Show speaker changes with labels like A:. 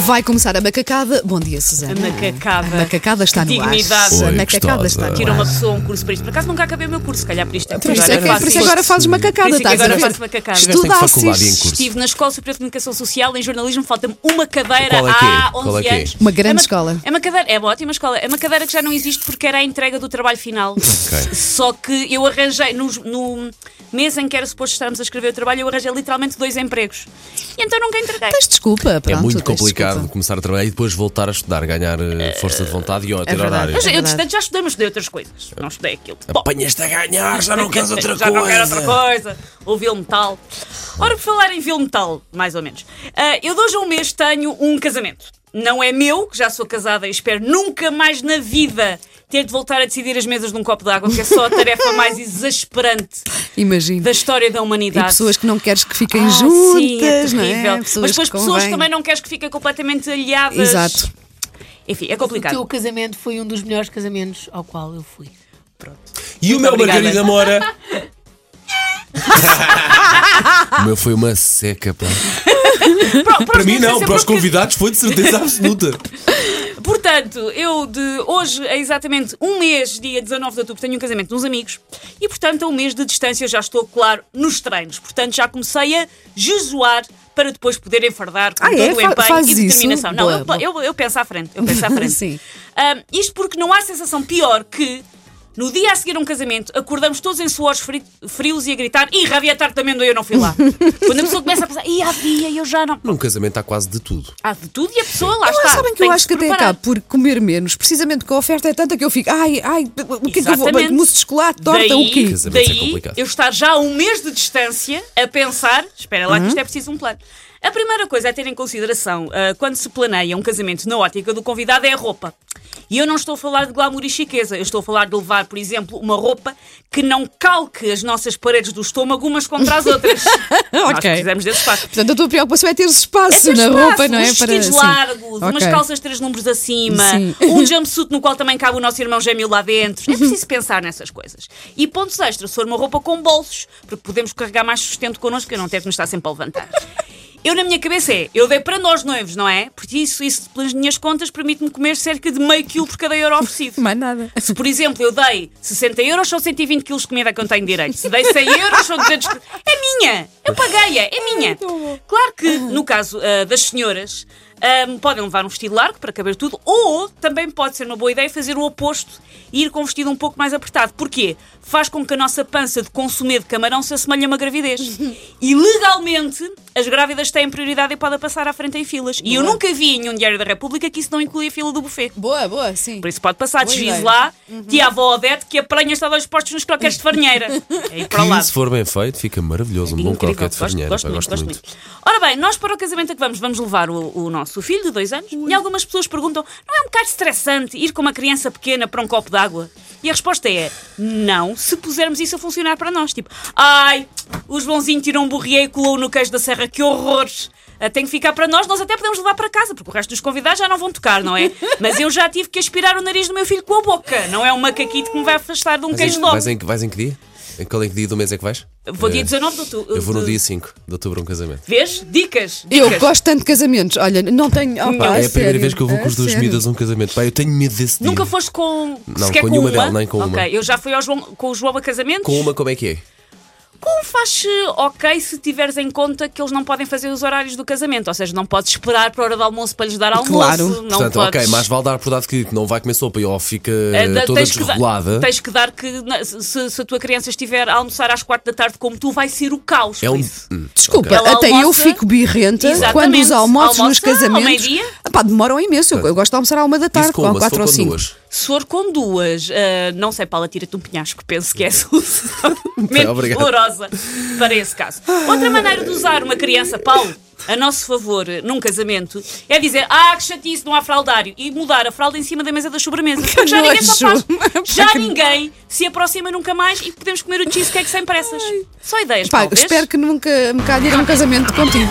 A: Vai começar a macacada. Bom dia, Susana.
B: A macacada.
A: A macacada está
B: Que
A: no ar.
B: dignidade.
A: A
C: Oi,
A: macacada
C: gostosa.
A: está no
B: Tira uma
A: ar.
B: pessoa um curso para isto. Por acaso nunca acabei o meu curso, se calhar por isto é
A: Por isso é que,
B: faço
A: por isso agora
B: isto.
A: fazes macacada,
B: Por isso é que
A: estás a
B: agora
A: ver?
B: faço macacada.
C: Estiveste em faculdade e em
A: Estudasses
C: curso.
B: Estive na Escola Superior de Comunicação Social, em jornalismo, falta-me uma cadeira
C: Qual é que é?
B: há 11
C: Qual é que é?
B: anos.
A: Uma grande
B: É
A: escola.
B: É uma cadeira, é uma ótima escola. É uma cadeira que já não existe porque era a entrega do trabalho final. Só que eu arranjei, no, no mês em que era suposto estarmos a escrever o trabalho, eu arranjei literalmente dois empregos. E então nunca entreguei.
A: Tens desculpa,
C: É
A: pronto.
C: muito
A: tens
C: complicado
A: desculpa.
C: começar a trabalhar e depois voltar a estudar, ganhar eh, força de vontade e ó, ter
A: verdade.
C: horário.
B: é Mas eu,
A: é verdade.
B: entretanto, já estudei, mas estudei outras coisas. Não estudei aquilo. Bom,
C: Apanhas-te a ganhar, já não queres outra
B: Já
C: coisa.
B: não quero outra coisa. Ou vil metal. Ora, por falar em vil metal, mais ou menos. ah, eu de hoje a um mês tenho um casamento. Não é meu, que já sou casada e espero nunca mais na vida ter de voltar a decidir as mesas de um copo de água, que é só a tarefa mais exasperante
A: Imagino.
B: da história da
A: E
B: humanidade.
A: pessoas que não queres que fiquem
B: Ah,
A: juntas,
B: sim, é
A: não
B: terrível.
A: é?
B: Mas depois
A: que
B: pessoas
A: convêm.
B: também não queres que fiquem completamente aliadas.
A: Exato.
B: Enfim, é
D: O teu
B: complicado.
D: casamento foi um dos melhores casamentos ao qual eu fui.
C: E o meu
B: obrigada.
C: Margarida Moura? o meu foi uma seca, pá.
B: Para,
C: Para mim não, para os
B: convidados.
C: convidados foi de certeza absoluta.
B: Portanto, eu de hoje a exatamente um mês, dia 19 de outubro, tenho um casamento de uns amigos e, portanto, a um mês de distância eu já estou, claro, nos treinos. Portanto, já comecei a jesuar para depois poder enfardar com
A: Ah,
B: todo
A: é?
B: o
A: Fa-
B: empenho
A: fazes
B: e
A: isso?
B: determinação. Não,
A: Boa,
B: eu,
A: boa.
B: eu- eu penso à frente. Eu penso à frente.
A: Sim.
B: Ahm, isto porque não há sensação pior que. No dia a seguir a um casamento, acordamos todos em suores fri- frios e a gritar Ih, havia tarde também, eu não fui lá. Quando a pessoa começa a pensar, Ih, havia, eu já não.
C: Num casamento há quase de tudo.
B: Há de tudo e a pessoa lá
A: Mas
B: está.
A: sabem que
B: tem
A: eu
B: se
A: acho que até
B: preparar.
A: cá, por comer menos, precisamente porque a oferta é tanta que eu fico, ai, ai, o que é que eu vou?
B: Exatamente.
A: Mousse de chocolate, torta,
B: daí,
A: o quê?
C: Casamentos é
B: Daí,
C: complicado.
B: eu estar já a um mês de distância a pensar, espera
A: Uhum.
B: lá que isto é preciso um plano. A primeira coisa a ter em consideração ah, quando se planeia um casamento na ótica do convidado é a roupa. E eu não estou a falar de glamour e chiqueza, eu estou a falar de levar, por exemplo, uma roupa que não calque as nossas paredes do estômago umas contra as outras. Nós
A: Ok.
B: precisamos desse espaço.
A: Portanto, a tua preocupação é ter espaço na
B: Espaço,
A: roupa, não é?
B: Uns vestidos
A: sim.
B: largos, umas
A: Ok.
B: calças três números acima,
A: Sim.
B: um jumpsuit no qual também cabe o nosso irmão gêmeo lá dentro. É preciso pensar nessas coisas. E pontos extra, se for uma roupa com bolsos, porque podemos carregar mais sustento connosco, eu não tenho que nos estar sempre a levantar. Eu, na minha cabeça, é, eu dei para nós noivos, não é? Porque isso, isso pelas minhas contas, permite-me comer cerca de meio quilo por cada euro oferecido.
A: Mais nada.
B: Se, por exemplo, eu dei 60 euros, são 120 quilos de comida que eu não tenho direito. Se dei 100 euros, são 200 quilos. É minha! Eu paguei-a, é minha! Claro que, no caso ah, das senhoras, ah, podem levar um vestido largo para caber tudo, ou também pode ser uma boa ideia fazer o oposto e ir com um vestido um pouco mais apertado. Porquê? Faz com que a nossa pança de consumir de camarão se assemelhe a uma gravidez. E legalmente, as grávidas têm prioridade e podem passar à frente em filas. E eu nunca vi em nenhum Diário da República que isso não incluía a fila do buffet.
A: Boa, boa, sim.
B: Por isso pode passar,
A: Boa
B: desvio
A: ideia.
B: lá, tia avó Odete, que apanha os olhos postos nos croquetes de farinheira. É ir para É
C: Que
B: lá.
C: se for bem feito, fica maravilhoso. Um bom croquete de farinheira. pá, gosto muito.
B: Ora bem, nós para o casamento a que vamos, vamos levar o, o nosso filho de dois anos e algumas pessoas perguntam: não é um bocado estressante ir com uma criança pequena para um copo de água? E a resposta é: não, se pusermos isso a funcionar para nós. Tipo, ai, os bonzinhos tirou um borrié e colou no queijo da serra, que horrores! Ah, Tem que ficar para nós, nós até podemos levar para casa, porque o resto dos convidados já não vão tocar, não é? Mas eu já tive que aspirar o nariz do meu filho com a boca, não é um macaquito que me vai afastar de um
C: Mas em-
B: queijo logo.
C: vais, em, vais em que dia? Em qual é que dia do mês é que vais?
B: Vou dia
C: Eh,
B: 19 de outubro.
C: Eu vou no
B: de-
C: dia 5 de outubro a um casamento.
B: Vês? Dicas.
A: Eu
B: dicas.
A: gosto tanto de casamentos. Olha, não tenho. Oh,
C: Pá,
A: pá,
C: é a primeira
A: sério,
C: vez que eu vou
A: a
C: com os dois
A: sério.
C: miúdos a um casamento. Pá, eu tenho medo desse dia.
B: Nunca foste com.
C: Não,
B: sequer
C: com
B: com, uma?
C: nenhuma delas, nem com uma.
B: Ok, eu já fui ao João, com o João a casamentos.
C: Com uma, como é que é?
B: Com um faz eh, ok se tiveres em conta que eles não podem fazer os horários do casamento. Ou seja, não podes esperar para a hora do almoço para lhes dar almoço.
A: Claro.
B: Não
C: Portanto,
B: podes.
C: ok, mais vale dar por dado que que não vai comer sopa e ó, fica
B: Eh, da-
C: toda
B: que dar-
C: desregulada.
B: tens que dar que na- se, se a tua criança estiver a almoçar às quatro da tarde, como tu, vai ser o caos.
C: É
B: por
C: um.
B: isso.
C: Hum.
A: Desculpa,
B: Ela
A: até eu
B: almoça-
A: fico birrenta
B: Exatamente.
A: quando os almoços nos
B: Almoça ao
A: casamentos.
B: meio-dia?
A: Ah, pá, demoram imenso. Eu, eu gosto de almoçar à uma da tarde,
C: Isso com
A: ou
C: uma,
A: à
C: se for
A: quatro ou
C: com
A: cinco.
C: duas.
B: Se for com duas, ah, não sei, Paula, tira-te um penhasco, penso que é a solução menos
C: obrigado.
B: dolorosa para esse caso. Outra maneira de usar uma criança, Paulo, a nosso favor num casamento, é dizer, ah, que chatice, não há fraldário, e mudar a fralda em cima da mesa da sobremesa. Porque já ninguém se
A: nojo.
B: faz. Já ninguém se aproxima nunca mais e podemos comer o cheesecake sem pressas. Só ideias,
A: Pá,
B: talvez.
A: espero que nunca me calhe ir a um casamento contigo.